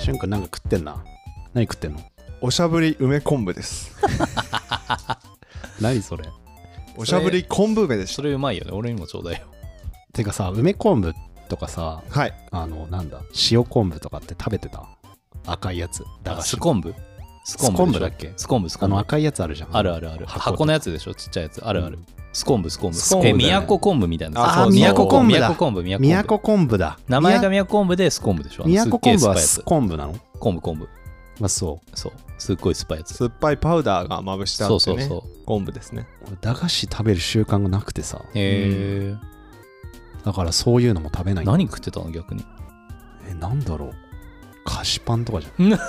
しゅんくんなんか食ってんな何食ってんのおしゃぶり梅昆布です。何それおしゃぶり昆布梅でしそれうまいよね。俺にもちょうだいよ。てかさ梅昆布とかさた。はい。あのなんだ塩昆布とかって食べてた赤いやつ駄あ菓ス子コンブスコンスコブンでブしょだっけスコンブ、スコあンのブ。赤いやつあるじゃんあるあるある。箱箱のやつでしょちっちゃいやつ。あるあるうん。スコンブ、スコンブ。スコンブだよねえ、都昆布みたいな。あそうそう都昆布。都都昆昆布、都宮古昆昆布だ布。名前が都昆布でスコンブでしょ宮古昆布はす酢っげえ昆布なの酸っぱいやつ。昆布、昆布。あそそう。すっごい酸っぱいやつ。酸っぱいパウダーがまぶしてあってそね。うそうそう。昆布ですね。う俺駄菓子食べる習慣がなくてさへーだからそういうのも食べない何食ってたの逆に。えなんだろう菓子パンとかじゃうんない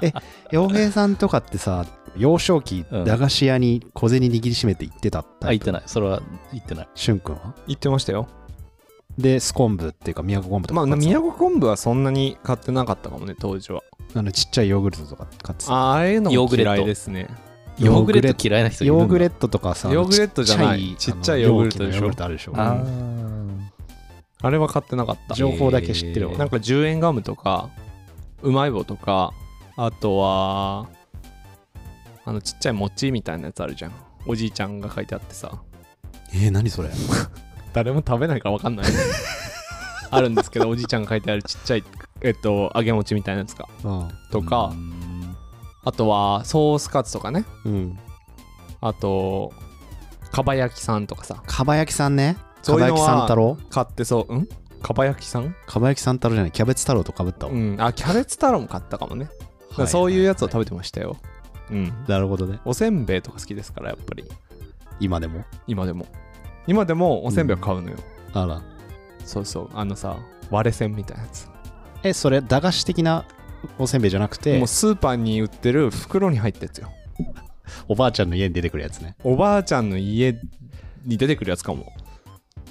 え洋平さんとかってさ幼少期うん駄菓子屋に小銭握りしめて行ってたあ、タイ言っプてない。それは言ってない。しゅんくんは言ってましたよ。でスコンブっていうか宮古昆布とまかあ、買ってた宮古昆布はそんなに買ってなかったかもね、当時は。あのちっちゃいヨーグルトとか買ってたああいうのヨーもグレット嫌いですね。ヨヨーーググレットレット嫌いな人いるんだヨーグレットとかさヨーグレットじゃないちっちっちちゃゃいいあのヨーグルトで容器のしょヨーグルトあるでしょあーあれは買ってなかった。情報だけ知ってるわえーなんか10円ガムとか、うまい棒とか、あとは、あのちっちゃい餅みたいなやつあるじゃん。おじいちゃんが書いてあってさ。えー、何それ誰も食べないから分かん ない。あるんですけど、おじいちゃんが書いてあるちっちゃい、えっと、揚げ餅みたいなやつか。うんとか、うんあとはソースカツとかね。うんあと、かば焼きさんとかさ。かば焼きさんねかそういばうの焼はきさん太郎買ってそう。んかば焼きさんかば焼きさん太郎じゃないキャベツ太郎とかぶったわ、うん。あ、キャベツ太郎も買ったかもね。だからそういうやつを食べてましたよ。うん。なるほどねおせんべいとか好きですから、やっぱり。今でも今でも。今でもおせんべいを買うのよ。あらそうそう。あのさ、割れせんみたいなやつ。えそれ駄菓子的なおせんべいじゃなくてもうスーパーに売ってる袋に入ったやつよ。おばあちゃんの家に出てくるやつねおばあちゃんの家に出てくるやつかも。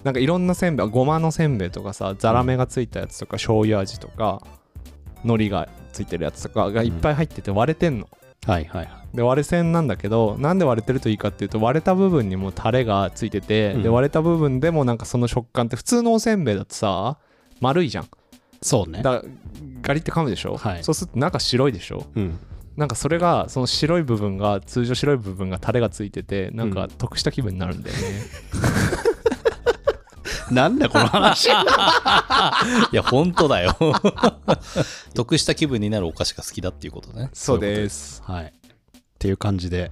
なんかいろんなせんべい、ごまのせんべいとかさ、ざらめがついたやつとか、醤油味とか、海苔がついてるやつとかがいっぱい入ってて割れてんの。はいはいはいで割れ線なんだけどなんで割れてるといいかっていうと割れた部分にもうタレがついてて、うんで割れた部分でもなんかその食感って普通のおせんべいだとさ丸いじゃんそうねだからガリって噛むでしょ、はいそうすると中白いでしょうんなんかそれがその白い部分が通常白い部分がタレがついててなんか得した気分になるんだよね、なんだこの話いや、本当だよ。 得した気分になるお菓子が好きだっていうことね。 そうですはいっていう感じで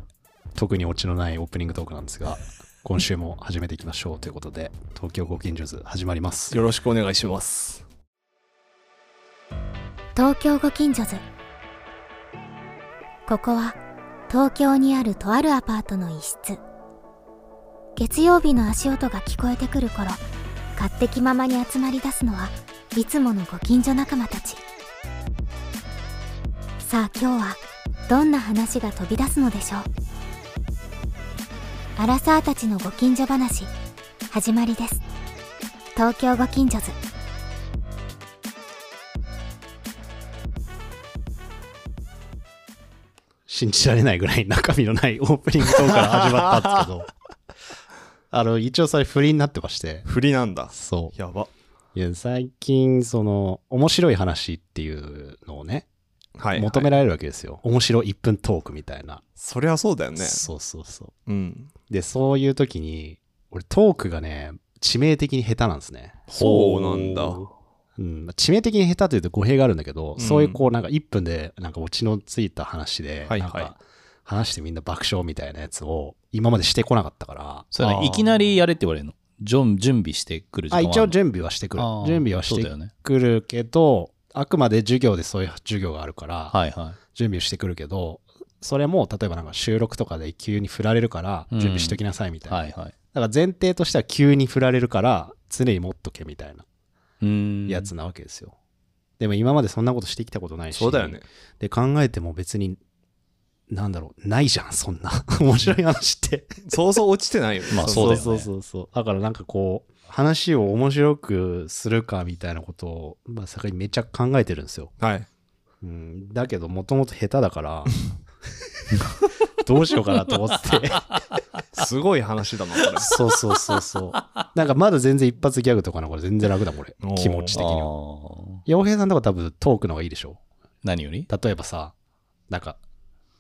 特にオチのないオープニングトークなんです が今週も始めていきましょうということで東京ご近所図始まりますよろしくお願いします東京ご近所図ここは東京にあるとあるアパートの一室月曜日の足音が聞こえてくる頃勝手気ままに集まり出すのはいつものご近所仲間たちさあ今日はどんな話が飛び出すのでしょうアラサーたちのご近所話始まりです東京ご近所図信じられないぐらい中身のないオープニングトークから始まったんですけど あの一応それ不倫になってまして振りなんだそうやばいや最近その面白い話っていうのをねはい求められるわけですよ、面白1分トークみたいな、そりゃそうだよねそうそうそうんうでそういう時に俺トークがね致命的に下手なんですね、そうなんだうん、致命的に下手というと語弊があるんだけど、うんそういうこうなんか1分でなんかオチのついた話で、はいなんはいか話してみんな爆笑みたいなやつを今までしてこなかったからそれねあーいきなりやれって言われるの。ジョン準備してくる時あ間は一応る準備はしてくるあー準備はしそうてだよね。くるけどあくまで授業でそういう授業があるから、はいは準備をしてくるけどそれも例えばなんか収録とかで急に振られるからうん準備しときなさいみたいい。な、はいはい。だから前提としては急に振られるから常に持っとけみたいなうーん。やつなわけですよ、でも今までそんなことしてきたことないしそうだよねで考えても別になんだろうないじゃんそんな 面白い話ってそうそう落ちて ないよねまあそうだよねそうそうそうだからなんかこう話を面白くするかみたいなことを、まあ、盛んにめっちゃ考えてるんですよはいうん、だけどもともと下手だからどうしようかなと思って。すごい話だな、これ。そうそうそうそう。なんかまだ全然一発ギャグとかの方が全然楽だもん、俺おー。気持ち的には。あー洋平さんとか多分トークの方がいいでしょ。何 より例えばさ、なんか、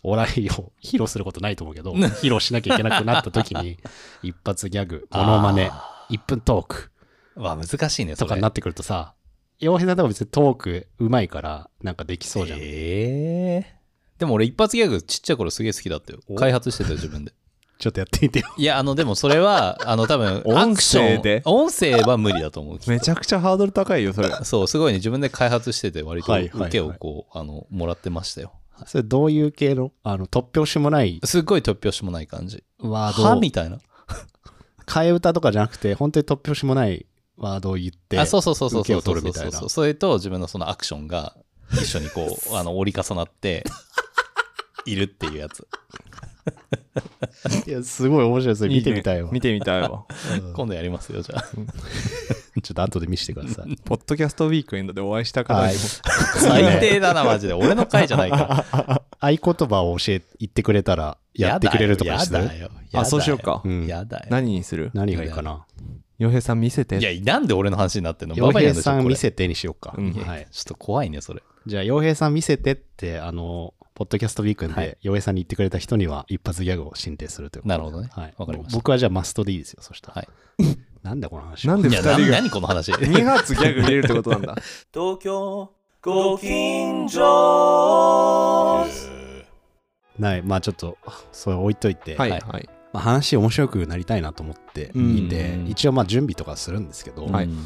お笑いを 披露することないと思うけど、披露しなきゃいけなくなった時 に、一発ギャグ、モノマネ、あ1分トークーわ、難しいね、そとれかになってくるとさ、洋平さんとか別にトークうまいから、なんかできそうじゃん。ええでも俺一発ギャグちっちゃい頃すげえ好きだったよ。開発してたよ自分で。 ちょっとやってみ てよ。いや、あの、でもそ れは、あの、多分、アクション音声で音声は無理だと思う。 めちゃくちゃハードル高いよ、それ。そう、すごいね、自分で開発してて、割とはいはいはい受けをこう、あの、もらってましたよ。それどういう系のあの、突拍子もないすっごい突拍子もない感じ。ワーはドをみ、たいな。替え歌とかじゃなくて、本当に突拍子もないワードを言って、あ、そうそうそうそう受けそうをそう取るそうみたいなそう。それと自分のそのアクションが一緒に こう、あの、折り重なって、いるっていうやつ。いや、すごい面白いです。見てみたいわ。ね 見てみたいわ。うん今度やりますよ、じゃ あ。ちょっと後で見せてください。 ポッドキャストウィークエンドでお会いしたから、はい最低だな、マジで。俺の回じゃないから。合言葉を教え、言ってくれたら、 やってくれるとかにすやるだよ。あそうしようかうんやだよ。何にする何がいいかな洋平さん見せて。いや、なんで俺の話になってんの洋平さバんバアや見でしょせてにしようか。うんこれいやはいやい。ちょっと怖いね、それ。じゃあ、洋平さん見せてって、あの、ポッドキャストウィークンはいで、洋平さんに言ってくれた人には一発ギャグを申請するということでなるほどねはい。わかりました僕はじゃあマストでいいですよ、そしたら。はいなんだこの話。なんでい二や、な人が何こ の話。 2発ギャグ入れるってこと なんだ。東京ご近所ない。まあちょっと、それ置いといて、はいはいはい。まあ、話面白くなりたいなと思っていてう、ん一応まあ準備とかするんですけど、はいうん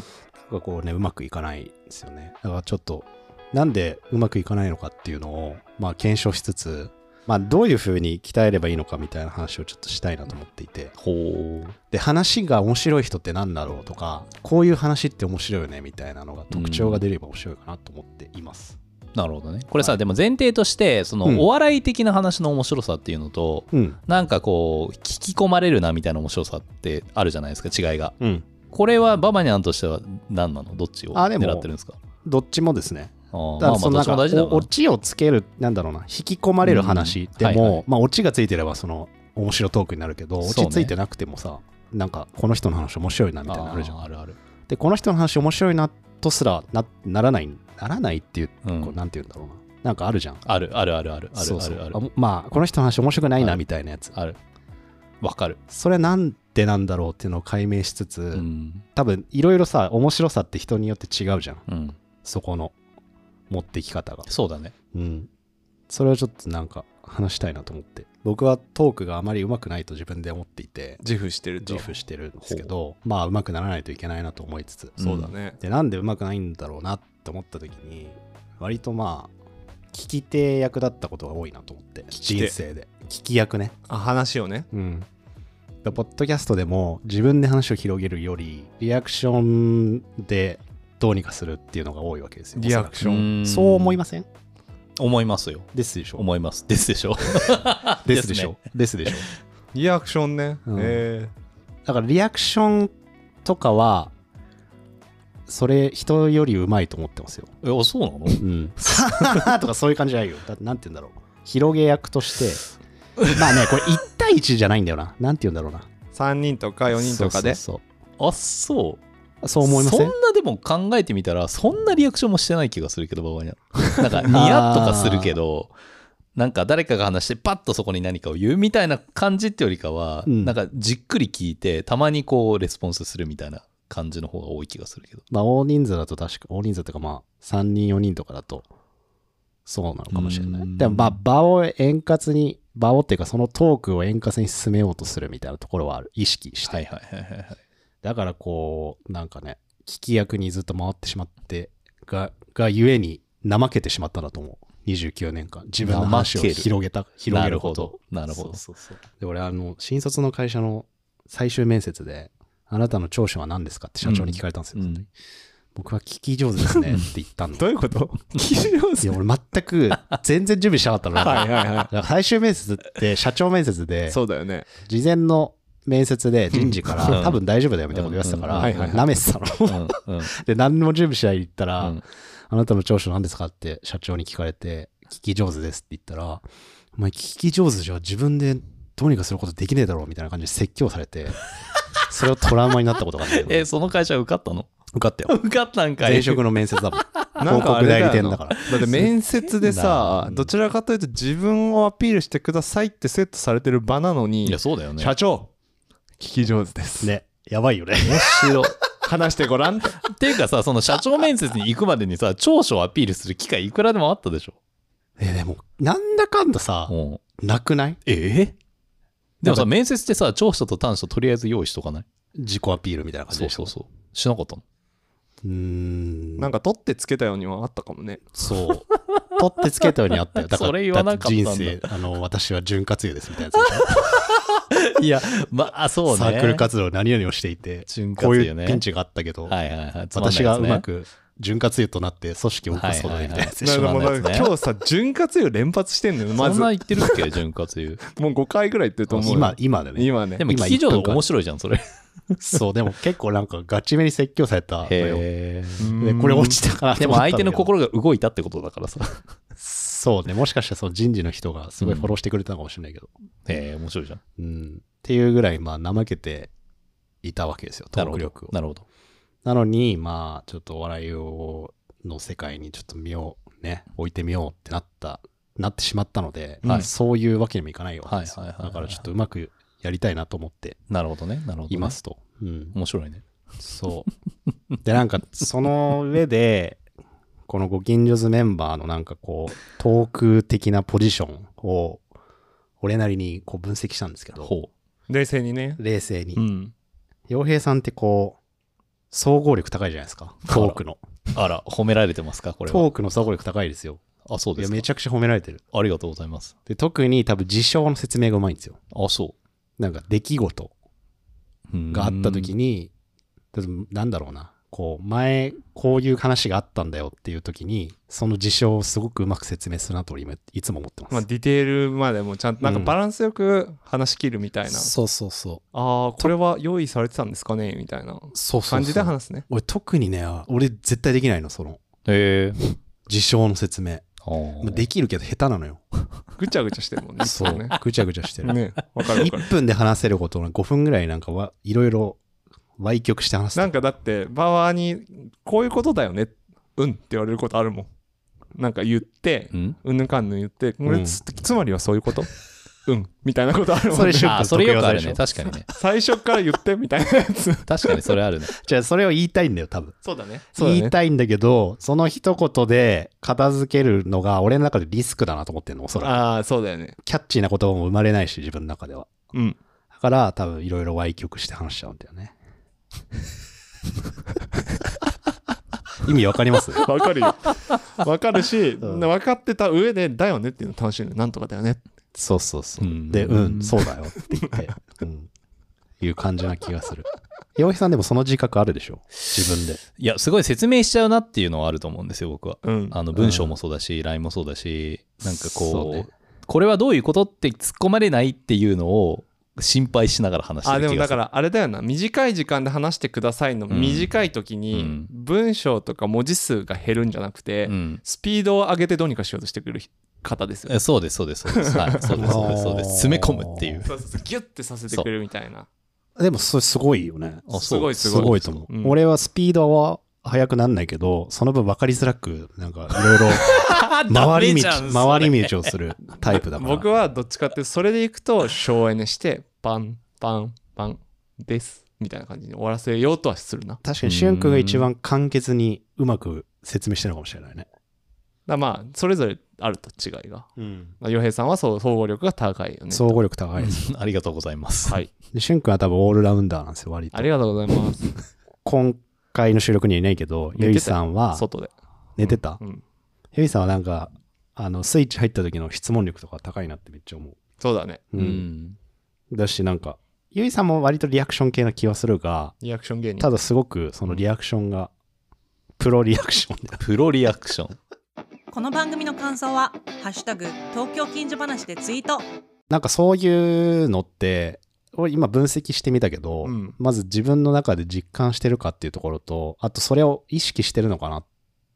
がこうねうまくいかないんですよねだからちょっとなんでうまくいかないのかっていうのをまあ検証しつつまあどういうふうに鍛えればいいのかみたいな話をちょっとしたいなと思っていてほう。で話が面白い人って何だろうとかこういう話って面白いよねみたいなのが特徴が出れば面白いかなと思っていますなるほどね。これさ、でも前提として、その、うんお笑い的な話の面白さっていうのと、うんなんかこう、聞き込まれるなみたいな面白さってあるじゃないですか、違いが。うんこれはババニャンとしては何なのどっちをあでも狙ってるんですかどっちもですね。あーだかまあらまあ、そのなどっんちか、も大事だおもんオな。チをつける、なんだろうな、引き込まれる話でも、うんはいはいまあ、オチがついてれば、その、面白トークになるけど、オそうチねついてなくてもさ、なんか、この人の話面白いな、みたいなのああるじゃんー。あるある。でこの人の話面白いなとすらなならないならないっていう、う。こうんなんて言うんだろうななんかあるじゃんあるあるあるあるあるそうそうあるああるもまあこの人の話面白くないあなるみたいなやつある。わかる。それはなんでなんだろうっていうのを解明しつつ、うん。多分いろいろさ面白さって人によって違うじゃんうん。そこの持ってき方がそうだね。。うんそれをちょっとなんか話したいなと思って僕はトークがあまり上手くないと自分で思っていて自負してると。自負してるんですけどまあ上手くならないといけないなと思いつつそうだね。でなんでうまくないんだろうなって思った時に割とまあ聞き手役だったことが多いなと思ってき手人生で聞き役ねあ、話をね。うんだからポッドキャストでも自分で話を広げるよりリアクションでどうにかするっていうのが多いわけですよリアクション。ョそう思いますせん思いますよ。ですでしょ思います。ですでしょ。 ですでしょですでしょリアクションね。うんえ だからリアクションとかはそれ人よりうまいと思ってますよえ、あそうな のうん、とかそういう感じじゃないよ。だってなんて言うんだろう。広げ役と して、まあね、これ1対1じゃないんだよな。なんて言うんだろうな。ー、3人とか4人とかで。そうそうあ、そう。そうそう思いませそんんなでも考えてみたら、そんなリアクションもしてない気がするけど、バ バには。なんか、ニヤッとかするけど、なんか誰かが話して、パッとそこに何かを言うみたいな感じってよりかは、うんなんかじっくり聞いて、たまにこう、レスポンスするみたいな感じの方が多い気がするけど。まあ大人数だと確か、大人数とかまあ3人4人とかだと、そうなのかもしれなうい。んでもまあ場を円滑に、場をっていうかそのトークを円滑に進めようとするみたいなところはある。意識して。はいはいはいはいはい。だからこう、なんかね、聞き役にずっと回ってしまってが、がゆえに怠けてしまったんだと思う。29年間。自分の話を怠ける広げた、広なげるるこほとど。。なるほど。そうそうそうで、俺、あの、新卒の会社の最終面接で、あなたの長所は何ですかって社長に聞かれたんですよ。うんその時僕は聞き上手です ねって言ったの。どういうこと聞き上い手や、俺全く全然準備しなかったの。 はだいはいはから最終面接って社長面接で い。、そうだよね。事前の面接で人事かうんら多分大丈夫だよみたいなこと言われてたかうんら、はいはいはい舐めてたの。うん うんで、何も準備しないで行ったら、うんあなたの長所何ですかって社長に聞かれて、聞き上手ですって言ったら、お前聞き上手じゃ自分でどうにかすることできねえだろうみたいな感じで説教され て、それをトラウマになったことがあるんだけえど、その会社受かったの受かったよ。受かったんかい前職の面接だもん。なん広かあ告れだ代よ理な店だから。だって面接でさうんどちらかというと自分をアピールしてくださいってセットされてる場なのにいやそうだよね社長聞き上手です、ね、やばいよね。面 白い話してごらんってっていうかさその社長面接に行くまでにさ長所をアピールする機会いくらでもあったでしょえ、でも、なんだかんださ、うんなくないええでもなさん面接ってさ長所と短所とりあえず用意しとかない自己アピールみたいな感じそうでしそょうそうしなかったのうーん。なんか取ってつけたようにはあったかもねそう。取ってつけたようにあったよ。だからそれ言わなかったんだだって人生、あの、私は潤滑油ですみたいなやつでしょいや まあそうねサークル活動何々をしていて、潤こう滑い油うねピンチがあったけど、はいはいはいつんないやつ私ねがうまく潤滑油となって組織を動かすことができたやつでしだょからもうなんですね今日さ潤滑油連発してんのよまそんずなもう言ってるっけ潤滑油5回ぐらい言ってると思うよ今、今だね。今ねでも聞き上手面白いじゃんそれそう、でも結構なんかガチめに説教されたのよ。へえで、これ落ちたかなでと思もったんだけ相ど手の。心が動いたってことだからさそうね、もしかしたらその人事の人がすごいフォローしてくれたのかもしれないけど。へえ面白いじゃんうん。っていうぐらい、まあ、怠けていたわけですよ、トなーるほクど力を。ななるほどのに、まあ、ちょっとお笑いをの世界にちょっと身をね、置いてみようってなった、なってしまったので、はいそういうわけにもいかないよ。はいはいはいはいだからちょっとうまくやりたいなと思ってなるほどねなるほどねいますと。うん。面白いねそう。で、なんか、その上で、このご近所図メンバーのなんかこう、トーク的なポジションを、俺なりにこう分析したんですけど、ほ冷静にね冷静にう。ん洋平さんってこう、総合力高いじゃないですか、トークの。うあら褒められてますかこれはトークの総合力高いですよ。あそういでや、すかめちゃくちゃ褒められてる。ありがとうございますで、特に多分事象の説明がうまいんですよ。あそなんか出来事うがあった時にに、例えばなんだろうな、こう、前、こういう話があったんだよっていう時に、その事象をすごくうまく説明するなと、俺今、いつも思ってます。まあディテールまでもちゃんとなんかうんバランスよく話し切るみたいな、そうそうそう。ああこれは用意されてたんですかねみたいなそうそうそう感じで話すね俺、特にね、俺、絶対できないの、その、へえ事象の説明。まあでできるけど、下手なのよ。ぐちゃぐちゃしてるもんねいつそもうね。ぐちゃぐちゃしてる。ねわかるわかる1分で話せることを5分ぐらいなんかわ、いろいろ、歪曲して話す。なんかだってバワーにこういうことだよねうんって言われることあるもんなんか言ってうんうんぬかんぬ言ってこうれんつつまりはそういうことうんみたいなことあるもんそねれシュッあと それよくある得意技ねでしょ確かにね最初から言ってみたいなやつ確かにそれあ るねじゃあ、それを言いたいんだよ、多分。そうだねそうだ言いねたいんだけど、その一言で片付けるのが俺の中でリスクだなと思ってるの、おそらああそうだよねく。キャッチーな言葉も生まれないし、自分の中では。うんだから、多分いろいろ歪曲して話しちゃうんだよ ね。意味わかりますわかる よわかるし、分かってた上でだよねっていうの楽しいねなんとかだよねそうそうそう。うんで、うん、そうだよって言って、うん、いう感じな気がする。洋平さんでもその自覚あるでしょ自分で。いやすごい説明しちゃうなっていうのはあると思うんですよ僕はうんあの文章もそうだし LINE もそうだしなんかそうこねうこれはどういうことって突っ込まれないっていうのを心配しながら話してあるで気もがだすかるらあれだよな短い時間で話してくださいのうん短い時うにん文章とか文字数が減るんじゃなくて、うんスピードを上げてどうにかしようとしてくる方ですよえねそうですそうですそうです はいそうですそうですそうです詰め込むっていうそうそうそうギュッてさせてくれるみたいなでも、それすごいよね。あそうすごいすすごいごいと思う、うん俺はスピードは速くなんないけどその分分かりづらくなんかいろいろ回り道ダメじゃんそれ回り道をするタイプだから僕はどっちかっていうとそれでいくと省エネしてパンパンパンですみたいな感じに終わらせようとはするなだか確かにしゅんくんが一番簡潔にうまく説明してるのかもしれないねらまあそれぞれあると違いがまあ洋平さんはそう総合力が高いよね総合力高いです、ありがとうございますはいでしゅんくんは多分オールラウンダーなんですよ割とありがとうございます今回の収録にはいないけど寝てたゆいさんは外で寝てた、うんゆいさんはなんかあのスイッチ入った時の質問力とか高いなってめっちゃ思そうだねう、ううんんだしなんかゆいさんも割とリアクション系な気はするがリアクション芸人ただすごくそのリアクションがプロリアクションでプロリアクションこの番組の感想は「ハッシュタグ東京近所話」でツイート なんかそういうのって俺今分析してみたけど、うんまず自分の中で実感してるかっていうところとあとそれを意識してるのかなっ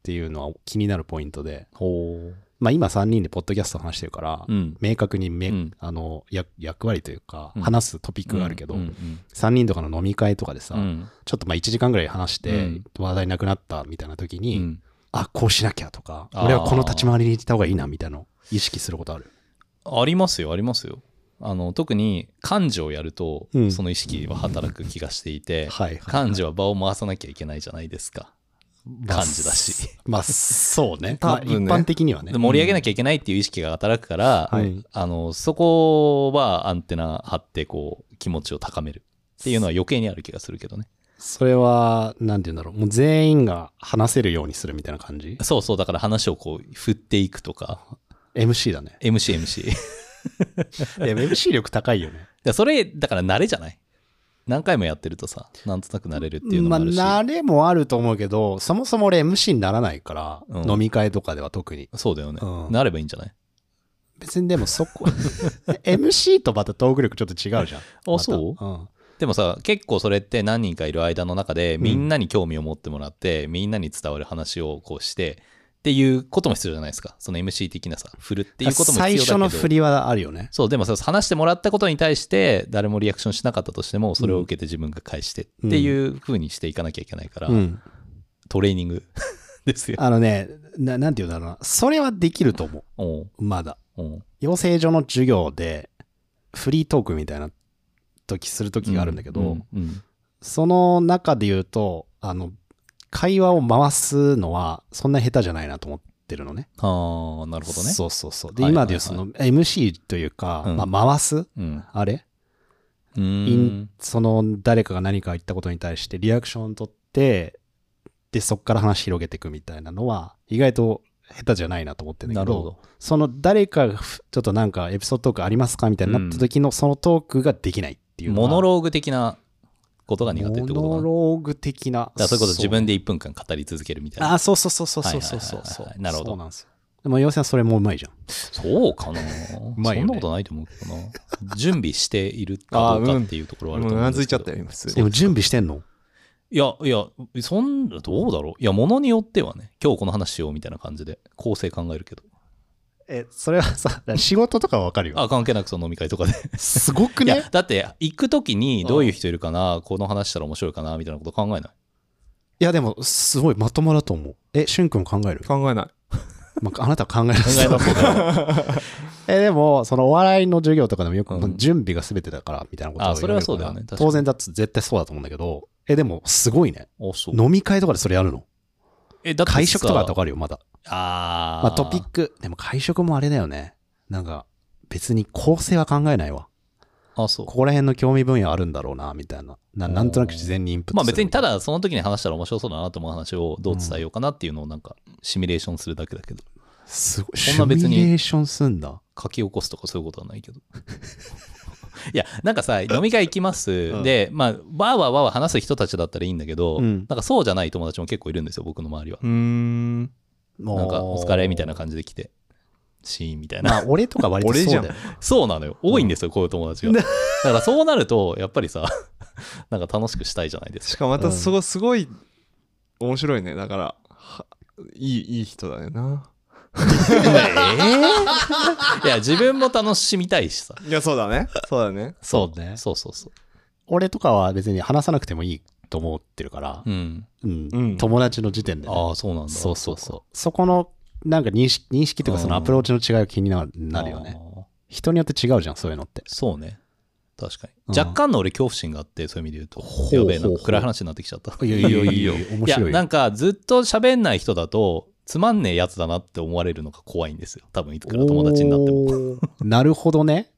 ていうのは気になるポイントでほうまあ今3人でポッドキャスト話してるから、うん明確にめ、うんあの役役割というか、うん話すトピックがあるけど、うん3人とかの飲み会とかでさ、うんうんちょっとまあ1時間ぐらい話して、うん話題なくなったみたいな時うに、んあこうしなきゃとかあー俺はこの立ち回りに行った方がいいなみたいなの意識することあるありますよありますよあの特に漢字をやると、うんその意識は働く気がしていて、はい漢字は場を回さなきゃいけないじゃないですか漢字だし まあそう ね多まあ一分ね般的にはねで盛り上げなきゃいけないっていう意識が働くから、はいあのそこはアンテナ張ってこう気持ちを高めるっていうのは余計にある気がするけどねそれはなんて言うんだろうもう全員が話せるようにするみたいな感じそうそうだから話をこう振っていくとか MC だ ね MCMC でも MC 力高いよねいやそれだから慣れじゃない何回もやってるとさなんとなく慣れるっていうのもまああるし、慣れもあると思うけどそもそも俺 MC にならないから、うん飲み会とかでは特にそうだよね、うんなればいいんじゃない別にでもそこ MC とまたトーク力ちょっと違うじゃんまたそうんでもさ結構それって何人かいる間の中でみんなに興味を持ってもらって、みんなに伝わる話をこうしてっていうことも必要じゃないですかその MC 的なさ振るっていうことも必要だけ最ど初の振りはあるよねそうでもさ話してもらったことに対して誰もリアクションしなかったとしてもそれを受けて自分が返してっていう風にしていかなきゃいけないから、うんトレーニング ですよ。あのねななんて言うんだろうなそれはできると思おううまだおう養成所の授業でフリートークみたいな時する時があるんだけど、うんうんその中で言うとあの会話を回すのはそんな下手じゃないなと思ってるのね。ああなるほどね。そうそうそう。で、はいはいは今いでいうその MC というか、うんまあ、回すうんあれ、うーイんンその誰かが何か言ったことに対してリアクションを取ってでそこから話広げていくみたいなのは意外と下手じゃないなと思ってるんだなけるどほど。その誰かがふちょっとなんかエピソードトークありますかみたいになった時のそのトークができないっていうのモはノローグ的なことが苦手ってことかな。モノだかローグ的ならそういうこと自分で1分間語り続けるみたいあな。あ、そうそうそうそうそうそうそうはいはいはいはいなるほどそうなんですよ。でも、要するにそれもうまいじゃん。そうかな、まいよねそんなことないと思うけどな。準備しているかどうかっていうところはあるもとう思うなんでずいすちゃけっどたよ、今、普通でにも、準備してんのいや、いや、そん、どうだろういや、ものによってはね、今日この話しようみたいな感じで、構成考えるけど。え、それはさ、仕事とかはわかるよ。あ、関係なくその飲み会とかで。すごくいねや、だって、行くときにどういう人いるかな、この話したら面白いかな、みたいなこと考えない。いや、でも、すごいまともだと思う。え、しゅんくん考える、考えない。まあ、あなたは考えな考えい。ますけど。 え、でも、そのお笑いの授業とかでもよく、うん準備が全てだから、みたいなことをあそれはそうだよ言わねれるから確かに当然だって絶対そうだと思うんだけど、え、でも、すごいね。お、そう。飲み会とかでそれやるのえ、だってさ会食とかだとわかるよ、まだ。あー、まあ、トピック、でも会食もあれだよね。なんか、別に構成は考えないわ。あ、そうこ。こら辺の興味分野あるんだろうな、みたいな。ななんとなく自然にインプットまあする別にただその時に話したら面白そうだなと思う話をどう伝えようかなっていうのをなんかシミュレーションするだけだけどすごい。そんな別にシミュレーションすんだ。書き起こすとかそういうことはないけど いやなんかさ飲み会行きます、んでまあわーわーわーわー話す人たちだったらいいんだけど、うんなんかそうじゃない友達も結構いるんですよ僕の周りはうーん。もうなんかお疲れみたいな感じで来てシーンみたいな、まあ、俺とか割とそうだよ俺じね。 そうなのよ多いんですよ、こういう友達が だからそうなるとやっぱりさなんか楽しくしたいじゃないですかしかもまたそこすごい面白いねだからはいいいい人だよな えいや自分も楽しみたいしさいやそうだねそうだねそうねそうそうそう俺とかは別に話さなくてもいいと思ってるから、うん。うんうん友達の時点でね、ああ、そうなんだ。そうそうそう。そこの、なんか認識認識というか、そのアプローチの違いが気にななるよね。あー。人によって違うじゃん、そういうのって。そうね。確かに。うん若干の俺恐怖心があって、そういう意味で言ううと。やべえなほんうか暗い話になってきちゃった。いやいやいやいや、 面いや、白いなよ。んかずっと喋んない人だと、つまんねえやつだなって思われるのが怖いんですよ。多分いつから友達になっても。も。なるほどね。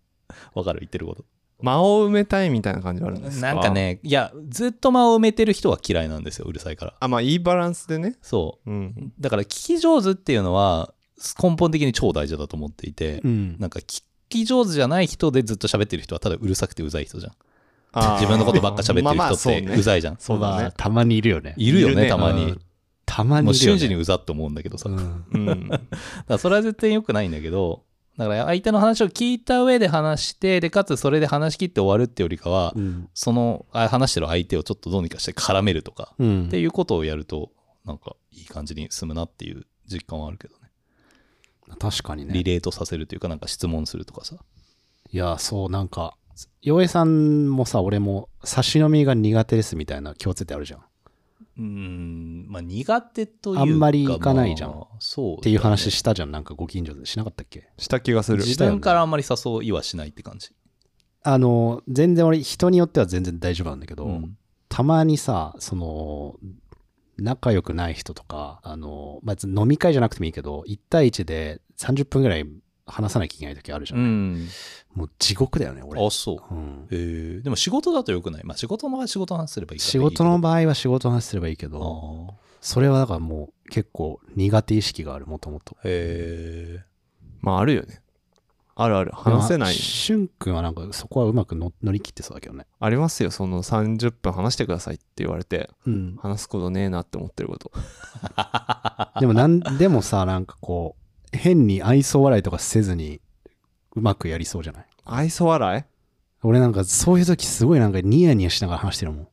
わかる言ってること。間を埋めたいみたいな感じはあるんですかなんかね、いや、ずっと間を埋めてる人は嫌いなんですよ。うるさいから。あまあいいバランスでねそうんう。だから聞き上手っていうのは、根本的に超大事だと思っていて、うん。なんか聞き上手じゃない人でずっと喋ってる人はただうるさくてうざい人じゃん。あー自分のことばっか喋まあまあってる人ってうそうねざいじゃん。そうまだあねたまにいるよね。いるよいるね、ねたまうにん。たまにもういるよ瞬ね。時にうざって思うんだけどさ。だかうんうんらそれは絶対良くないんだけど、だから相手の話を聞いた上で話して、で、かつそれで話し切って終わるってよりかは、うん。そのあ話してる相手をちょっとどうにかして絡めるとか、うんっていうことをやると、なんかいい感じに進むなっていう実感はあるけどね。確かにねリ。レートさせるというかなんか質問するとかさいや、そう、なんか、洋江さんもさ、俺も、差し飲みが苦手ですみたいな共通点あるじゃん。うーんまあ苦手というかあんまり行かないじゃんまあそうだね、っていう話したじゃん、なんかご近所でしなかったっけした気がする。自分からあんまり誘いはしないって感じ、あの、全然俺、人によっては全然大丈夫なんだけど、うんたまにさ、その、仲良くない人とか、あの、まあ、飲み会じゃなくてもいいけど、1対1で30分ぐらい話さなきゃいけない時あるじゃん。うん。もう地獄だよね、俺。あそううん、えーでも仕事だとよくない、まあ、仕事の場合は仕事の話すればいいから仕事の場場合は仕事の話すればいいけ合ど、それはだからもう結構苦手意識がある、もともと。えまああるよね。あるある。話せない。しゅんくんはなんかそこはうまくの乗り切ってそうだけどね。ありますよ。その30分話してくださいって言われて、うん。話すことねえなって思ってること。でもなん、でもさ、なんかこう、変に愛想笑いとかせずに、うまくやりそうじゃない愛想笑い俺なんかそういう時すごいなんかニヤニヤしながら話してるもん。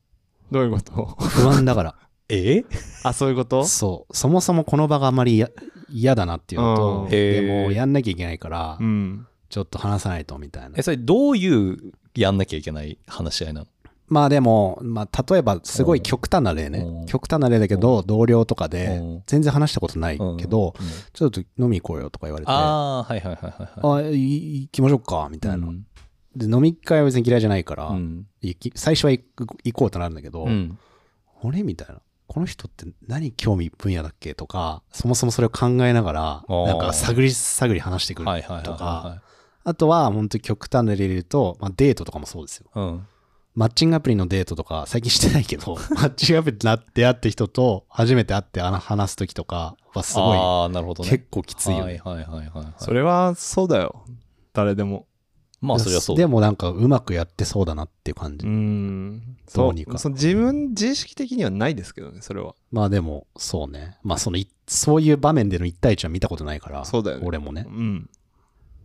どういうこと不安だ から。えあ、そういうことそう。そもそもこの場があまりや嫌だなっていうのうんと、でへーもやんなきゃいけないからう、ん。ちょっと話さないとみたいなえ。それどういうやんなきゃいけない話し合いなのまあでも、まあ例えばすごい極端な例うねん。極端な例だけど、同僚とかでうん全然話したことないけど、うんちょっと飲み行こうよとか言われて、あああはいはいはいはいはいあ、い行きましょうか、みたいな、うんで、飲み会は別に嫌いじゃないから、うん行き最初は行く行こうとなるんだけど、うんあれみたいな。この人って何興味分野だっけとか、そもそもそれを考えながら、ーなんか探り探り話してくるはいはいはいとはか、あとは本当に極端な例で言うと、まあ、デートとかもそうですよ。いはいうんマッチングアプリのデートとか、最近してないけ ど、マッチングアプリでな出会って人と初めて会ってあの話す時とかはすごい、ああなるほどね結構きついよね。はいはいはいはいはいそれはそうだよ。誰でも。まあそれはそうでもなんかうまくやってそうだなっていう感じ。うん。どそううにかそう自分、自意識的にはないですけどね、それは。まあでも、そうね。まあそのい、そういう場面での一対一は見たことないから、そうだよね俺もねう、ん。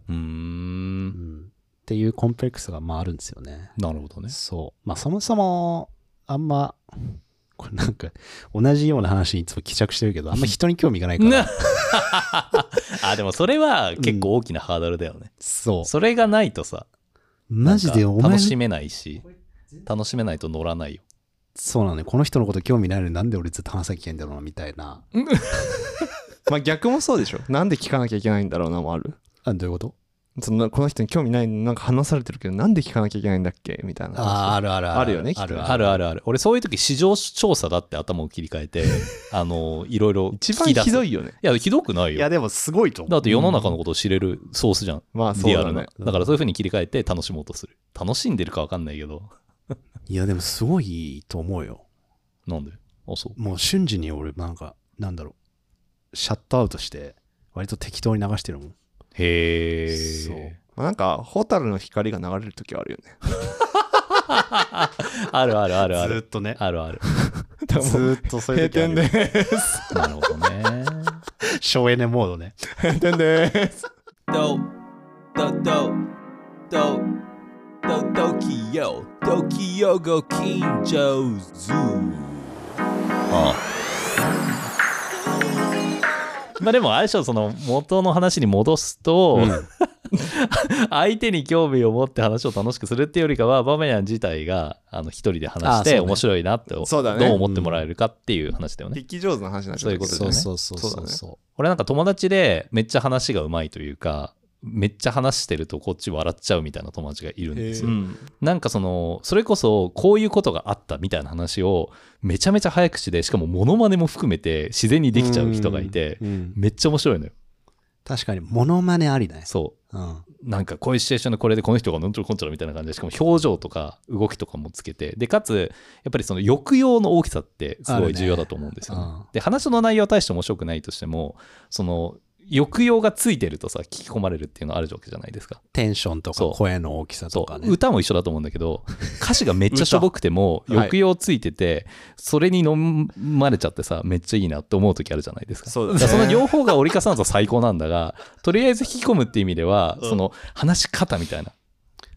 うーうんん。っていうコンプレックスがまああるんですよね。なるほどねそう。まあそもそも、あんま、これなんか、同じような話にいつも帰着してる けど、あんま人に興味がないから、あでもそれは結構大きなハードルだよねそう。それがないとさマジでおなんか前楽、しめないし楽しめないと乗らないよそうなのよ。この人のこと興味ないのになんで俺ずっと話さなきゃいけないんだろうな、みたいな。まあ逆もそうでしょ。 なんで聞かなきゃいけないんだろうなもある。あ、どういうことそのこの人に興味ないのなんか話されてるけど、なんで聞かなきゃいけないんだっけみたいな話。あーあるあるある。あるよねきっとあるあある。るあるある俺そういう時市場調査だって頭を切り替えてあのいろいろ一聞番き出すひどいよね。いやひどくないいよや、でもすごいと思うだって世の中のことを知れるソースじゃん、まあそうリアだルなね。だからそういう風に切り替えて楽しもうとする楽しんでるか分かんないけどいや、でもすごいと思うよ。なんであそうもう瞬時に俺、なんか、なんだろう、シャットアウトして、割と適当に流してるもん。へえそうまあ、なんか、ホタルの光が流れる時はあるよね。あるあるあるあるずーっとね、あるあるずーっとそういう時あるよ。で、なるほどね省エネモードね。閉店です。ドドドドドドキヨドキヨご近所ズまあでも相性その元の話に戻すと、うん相手に興味を持って話を楽しくするっていうよりかはバメヤン自体があの一人で話しあそうてね面白いなってどうそうだね思ってもらえるかっていう話だよね。聞き上手な話になっちゃそういうことだよねそうそうそうそうそそ俺なんか友達でめっちゃ話がうまいというかめっちゃ話してるとこっち笑っちゃうみたいな友達がいるんですうよ。ん。なんかそのそれこそこういうことがあったみたいな話をめちゃめちゃ早口でしかもモノマネも含めて自然にうできちゃう人がいてうんうんめっちゃ面白いのよ。確かに、モノマネありだね。そううん。なんかこういうシチュエーションでこれでこの人がなんちゃらこんちゃらみたいな感じでしかも表情とか動きとかもつけてでかつやっぱりその抑揚の大きさってすごい重要だと思うんですよね。あるねうんで話の内容は大して面白くないとしてもその抑揚がついてるとさ聞き込まれるっていうのはあるわけじゃないですか。テンションとかそう声の大きさとそうかね。歌も一緒だと思うんだけど歌詞がめっちゃしょぼくても歌はい抑揚ついてて、それに飲まれちゃってさめっちゃいいなって思う時あるじゃないですか。そうだだね。からその両方が折り重なると最高なんだが、とりあえず引き込むって意味では、その話し方みたいな。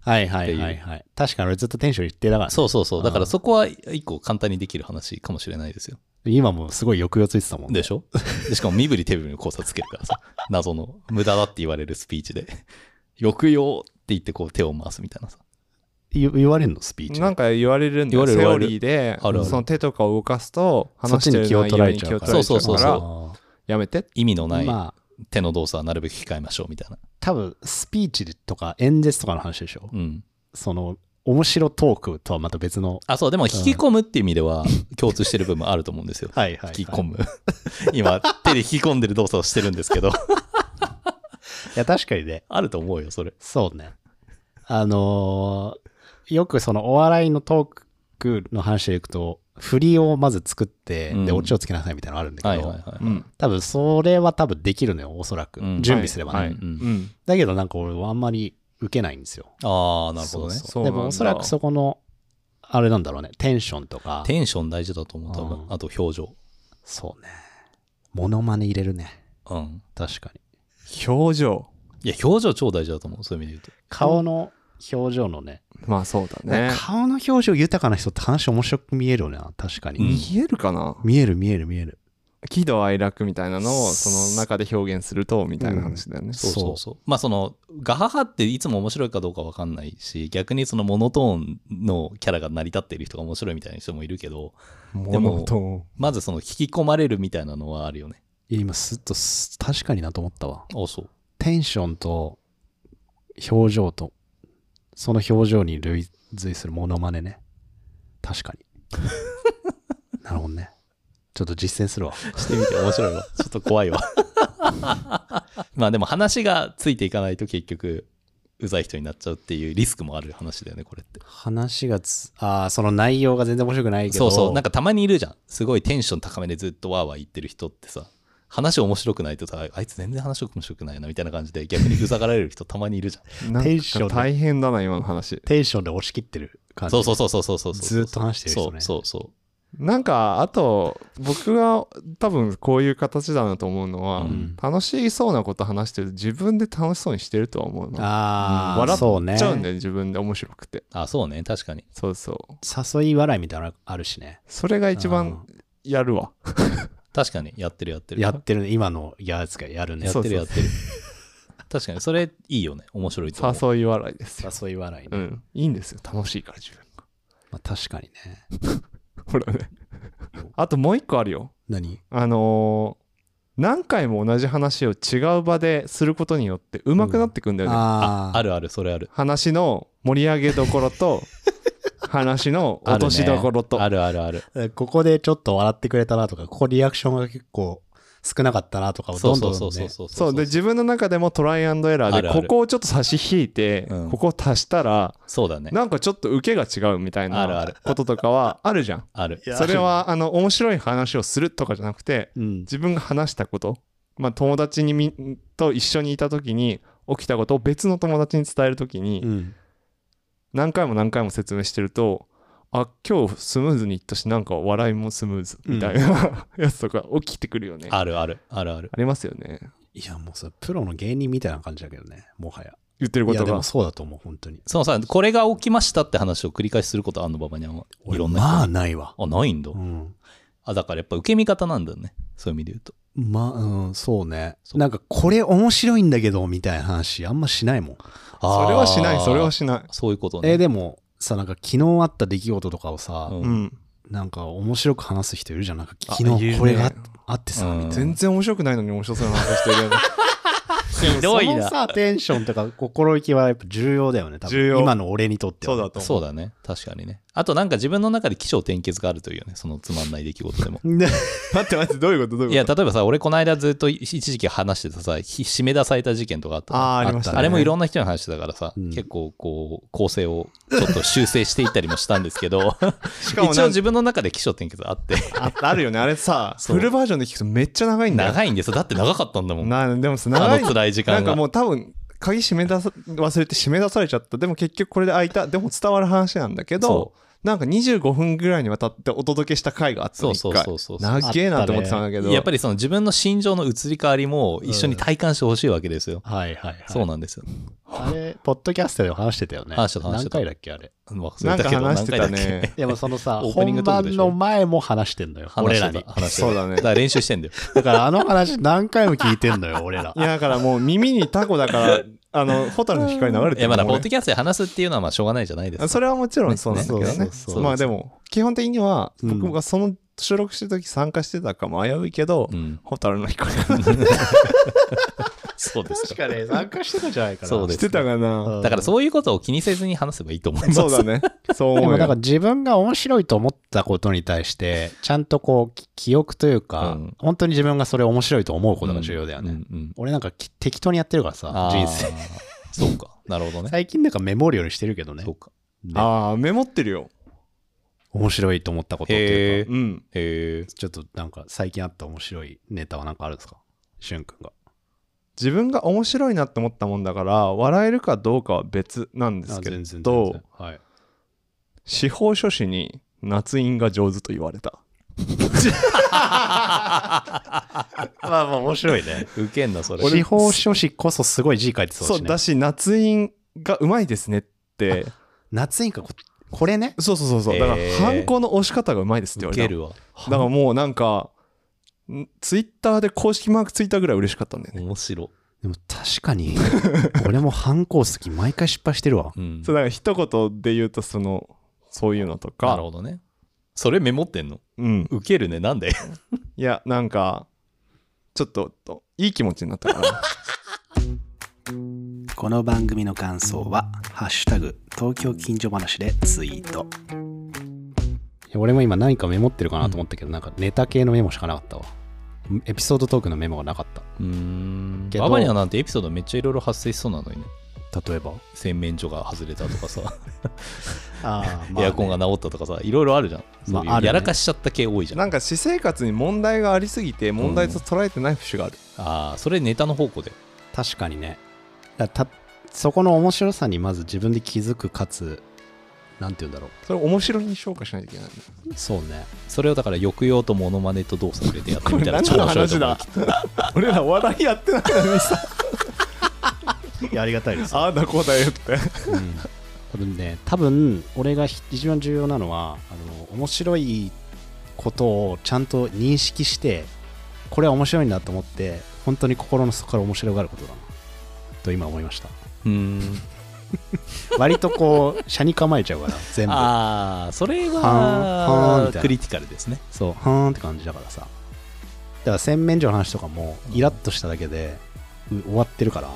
はいはいはいはい。確かに俺ずっとテンション一定だからね。そうそうそう。だかあらーそこは一個簡単にできる話かもしれないですよ。今もすごい抑揚ついてたもんね。でしょ でしかも身振り手振りの交差つけるからさ、 謎の無駄だって言われるスピーチで、 抑揚って言ってこう手を回すみたいなさ。言言われんのスピーチ。なんか言われるんだよ言セわれるオリーであるあるその手とかを動かすとそっち話してにる気を内取容られにち気ゃをうか取ら。られそうちゃそううかそうらあーやめて意味のないまあ、手の動作はなるべく控えましょうみたいな。多分スピーチとか演説とかの話でしょ。うん。その、面白トークとはまた別の。あ、そう、でも引き込むっていう意味では 共通してる部分あると思うんですよ。はいはい、引き込む。 今、手で引き込んでる動作をしてるんですけど、 いや、確かにね。あると思うよ、それ。そうね。あのーよくそのお笑いのトークの話でいくと、振りをまず作って、うんで、オチをつけなさいみたいなのあるんだけど、はいはいはい。うん多分それは多分できるのよ、おそらく。うん準備すればね、はいはいうんうんだけどなんか俺はあんまり受けないんですよ。ああ、なるほどねそう。そうでもおそらくそこの、あれなんだろうね、テンションとか、テンション大事だと思う、多う分。んあと表情。そうね。モノマネ入れるね。うん。確かに。表情いや、表情超大事だと思う、そういう意味で顔の表情のね、まあそうだね顔の表情豊かな人って話面白く見えるよな、確かに。うん見えるかな見える見える見える。喜怒哀楽みたいなのをその中で表現するとみたいな話だよね、言うと。そうそうそう。まあその、ガハハっていつも面白いかどうかわかんないし、逆にそのモノトーンのキャラが成り立っている人が面白いみたいな人もいるけど、モノトーンまずその引き込まれるみたいなのはあるよね。いや今すっとす確かになと思ったわあ、そう。テンションと表情とその表情に類随するモノマネね確かになるほどねちょっと実践するわしてみて面白いわ。ち ょっと怖いわ。まあでも話がついていかないと結局、うざい人になっちゃうっていうリスクもある話だよね、これって。話がつああその内容が全然面白くないけそどうそう。なんかたまにいるじゃん。すごいテンション高めでずっとワーワー言ってる人ってさ、話面白くないとさ、あいつ全然話面白くないなみたいな感じで逆にうざがられる人たまにいるじゃん。なんテンションかで大変だな今の話テンションで押し切ってる感じそうそうそうそうそうそう。ずっと話してる人ねそうそうそなんかあと僕が多分こういう形だなと思うのは、うん楽しそうなこと話してると自分で楽しそうにしてるとは思うのああ、笑っそうねちゃうんだよ自分で面白くてう。あ、そうね。確かに。そうそう誘い笑いみたいなのあるしねそれが一番やるわ確かに。やってるやってる。やってるね今のやつがやるねやってるそやうってる。確かに。それいいよね。面白いと思う。誘い笑いですよ誘い笑いね、うんいいんですよ楽しいから自分がまあ、確かにねほらね あともう一個あるよ何あのー何回も同じ話を違う場ですることによって上手くなってくんだよね、ああーあるある、それある。話の盛り上げどころと 話の落としどころとあるあるある。えここでちょっと笑ってくれたなとか、ここリアクションが結構少なかったなとかをそどうんどそん、うね、そうそうそうそうで自分の中でもトライアンドエラーであるあるここをちょっと差し引いて、うんここを足したらそうだねなんかちょっと受けが違うみたいあるなあることとかはあるじゃんあるそれはあの面白い話をするとかじゃなくてうん。自分が話したこと、まあ、友達にみと一緒にいた時に起きたことを別の友達に伝える時に、うん。何回も何回も説明してるとあ今日スムーズにいったしなんか笑いもスムーズみたいな、 やつとか起きてくるよねああるあるあるあるりますよねいや、もうそれ、プロの芸人みたいな感じだけどね、もはや。言ってるこいや、とでがもそうだと思う、本当に。そのさこれが起きましたって話を繰り返しすることあんのババにゃんは俺いろんな人まあ、ないわ。あないんだ、うん。あだからやっぱ受け身方なんだよねそういう意味で言うとまあ、うん、そうね。なんか、これ面白いんだけど、みたいな話、あんましないもん。それはしないそれはししないそういうことえーねでも、さ、なんか、昨日あった出来事とかをさ、うんうん、なんか、面白く話す人いるじゃん。なんか、あ昨いる日ねこれがあってさ、うんみたいな。全然面白くないのに面白そうな話してるよねひどいそのなさ、テンションとか心意気はやっぱ重要だよね、多分。重要今の俺にとっては。そうだと思うそうだね確かにねあとなんか自分の中で起承転結があるというよねそのつまんない出来事でもね待って待ってどういうことどういいうやこと例えばさ俺この間ずっと一時期話してたさひ締め出された事件とかあったのあーあありました、ね、あれもいろんんな人に話してたからさ、うん結構こう構成をちょっと修正していったりもしたんですけど しかも一応なん自分の中で起承転結あってああるよねあれさそうフルバージョンで聞くとめっちゃ長いんだよ長いんですよだって長かったんだもんあなでもさ長いのんだよ辛い時な間んかがもう多分鍵閉め出さ忘れて閉め出されちゃったでも結局これで開いたでも伝わる話なんだけどそなんか25分ぐらいにわたってお届けした回があったそのう一そう回そうそうそう長えなと思ってたんだけど、やっぱりその自分の心情の移り変わりも一緒に体感してほしいわけですよ、はいはいはい。そうなんですよ、あれ、ポッドキャストでも話してたよね。話してた話してた何回だっけ、あれ。まあ忘なれんかたけど話してた何回だっけねでもそのさ、オープニン本グトークで番しょの前も話してんのよ、話俺しらてにた。話してたそうだね だから練習してんだよだからあの話何回も聞いてんのよ、俺らい。やだからもう耳にタコだから あの蛍の光流れ いてやるまだもポんッねドキャストで話すっていうのはまあしょうがないじゃないですかそれはもちろんそうなんだけねどねそうそうそうまあでも基本的にはうん僕がその収録してる時参加してたかも危ういけど、うん、蛍の光そうですかかね、参加してたじゃないかなそうでしすてたかな、だからそういうことを気にせずに話せばいいと思 いますそうだねそう で思もうなんかよ自分が面白いと思ったことに対して、ちゃんとこう、き記憶というか、うん本当に自分がそれ面白いと思うことが重要だよね。うんうん俺なんかき適当にやってるからさ、あー人生。 そうかなるほどね最近なんかメモるようにしてるけどねそ。うかねああメモってるよ面白いと思ったことっていうかへえうんへえちょっとなんか最近あった面白いネタはなんかあるんですかしゅんくんが。自分が面白いなって思ったもんだから笑えるかどうかは別なんですけ全然全ど然はい。司法書士に夏印が上手と言われたまあまあ面白いね。ウケんなそ れ司法書士こそすごい字書いてそうだそうし、ね。だし夏印がうまいですねって夏印かここれね。そうそうそうそうだからへーハンコの押し方がうまいですって言ウわれケたるわだからもうなんかんツイッターで公式マークついたぐらい嬉しかったんだよね面白でも確かに俺も反抗好き毎回失敗してるわ。うんそうだから一言で言うとそのそういうのとなるかほどねそれメモってんのうんウケるねなんでいやなんかちょっとといい気持ちになったかなこの番組の感想は「ハッシュタグ東京近所話」でツイート俺も今何かメモってるかなと思ったけど、なんかネタ系のメモしかなかったわエピソードトークのメモがなかった うーんけどババニャなんてエピソードめっちゃいろいろ発生しそうなのにね例えば洗面所が外れたとかさ、ああ、 エアコンが治ったとかさいろいろあるじゃんそういうまああるねやらかしちゃった系多いじゃん、なんか私生活に問題がありすぎて問題と捉えてない節がある、ああそれネタの方向で確かにねだたそこの面白さにまず自分で気づくかつなんて言うんだろそれ面白に消化しないといけないねうそうねそれをだから抑揚とモノマネと動作入れてやってみたらこれ何の面白いと思う話俺ら笑いやってないのにさいやありがたいです ああだこうだよってうん 多分ね多分俺がひ一番重要なのはあの面白いことをちゃんと認識してこれは面白いんだと思って本当に心の底から面白がることだなと今思いましたうーん割とこう 車に構えちゃうから全部ああそれはんはんみはたいなクリティカルですねそうはーんって感じだからさだから洗面所の話とかもイラッとしただけでう終わってるから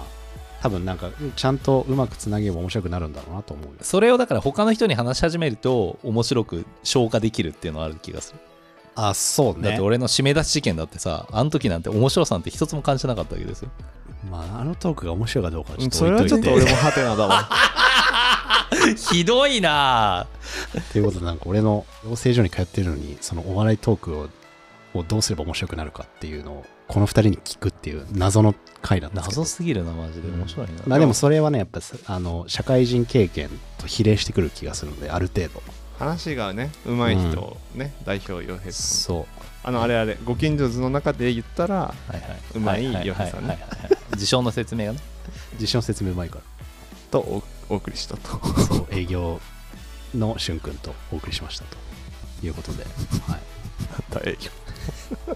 多分なんかうんちゃんとうまくつなげば面白くなるんだろうなと思うよそれをだから他の人に話し始めると面白く消化できるっていうのはある気がする、あそうだって俺の締め出し事件だってさあの時なんて面白さなんて一つも感じなかったわけですよまあ、あのトークが面白いかどうかはちょっとそれは置いちといょってと俺 もハテナだ わ ひどいなあということで、なんか俺の養成所に通ってるのに、そのお笑いトークををどうすれば面白くなるかっていうのを、この二人に聞くっていう謎の回だったんですけど謎すぎるなマジで面白いな、まあでもそれはね、やっぱさあの社会人経験と比例してくる気がするので、ある程度。話がねうまい人をね、代表洋平さんそあのあれあれご近所図の中で言ったらはいはいうまいははヨヘさんねはいはいはい自称の説明がねう。実証説明うまいかとおお送りしたとら。そう、営業のしゅんくんとお送りしましたということで、はい。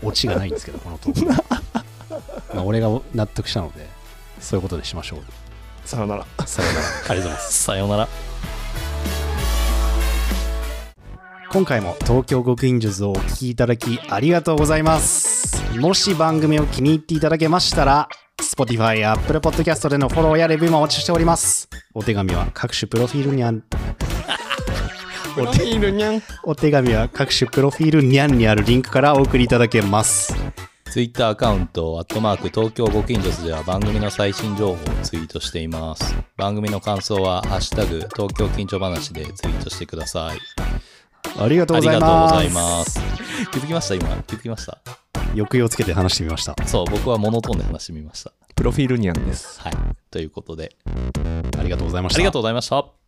オチがないんですけど、このト ーク。まあ俺が納得したので、そういうことでしましょう。さよならさようなら。ありがとうございます。さようなら今回も東京極印術をお聞きいただきありがとうございますもし番組を気に入っていただけましたら Spotify や Apple Podcast でのフォローやレビューもお待ちしておりますお手紙は各種プロフィールにあん おているにゃんお手紙は各種プロフィールにゃんにあるリンクからお送りいただけますツイッターアカウント、アットマーク東京ご近所図では番組の最新情報をツイートしています。番組の感想は、ハッシュタグ、東京近所話でツイートしてください。ありがとうあごりざがいとまうごすざいます。気づきました今。気づきました。抑揚つけて話してみましたそう、僕はモノトーンで話してみました。プロフィールにゃんですはい。ということで、ありがとうございましあたりがとうございました。